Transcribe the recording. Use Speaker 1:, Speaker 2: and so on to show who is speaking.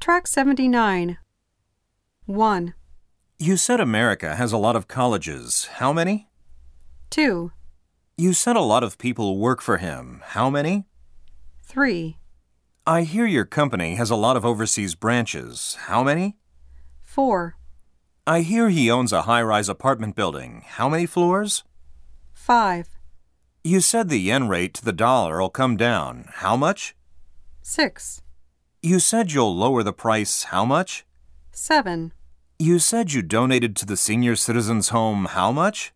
Speaker 1: Track 79. 1,
Speaker 2: You said America has a lot of colleges. How many?
Speaker 1: 2,
Speaker 2: You said a lot of people work for him. How many?
Speaker 1: 3,
Speaker 2: I hear your company has a lot of overseas branches. How many?
Speaker 1: 4,
Speaker 2: I hear he owns a high rise apartment building. How many floors?
Speaker 1: 5,
Speaker 2: You said the yen rate to the dollar will come down. How much?
Speaker 1: 6,
Speaker 2: You said you'll lower the price. How much?
Speaker 1: 7,
Speaker 2: You said you donated to the senior citizens' home. How much?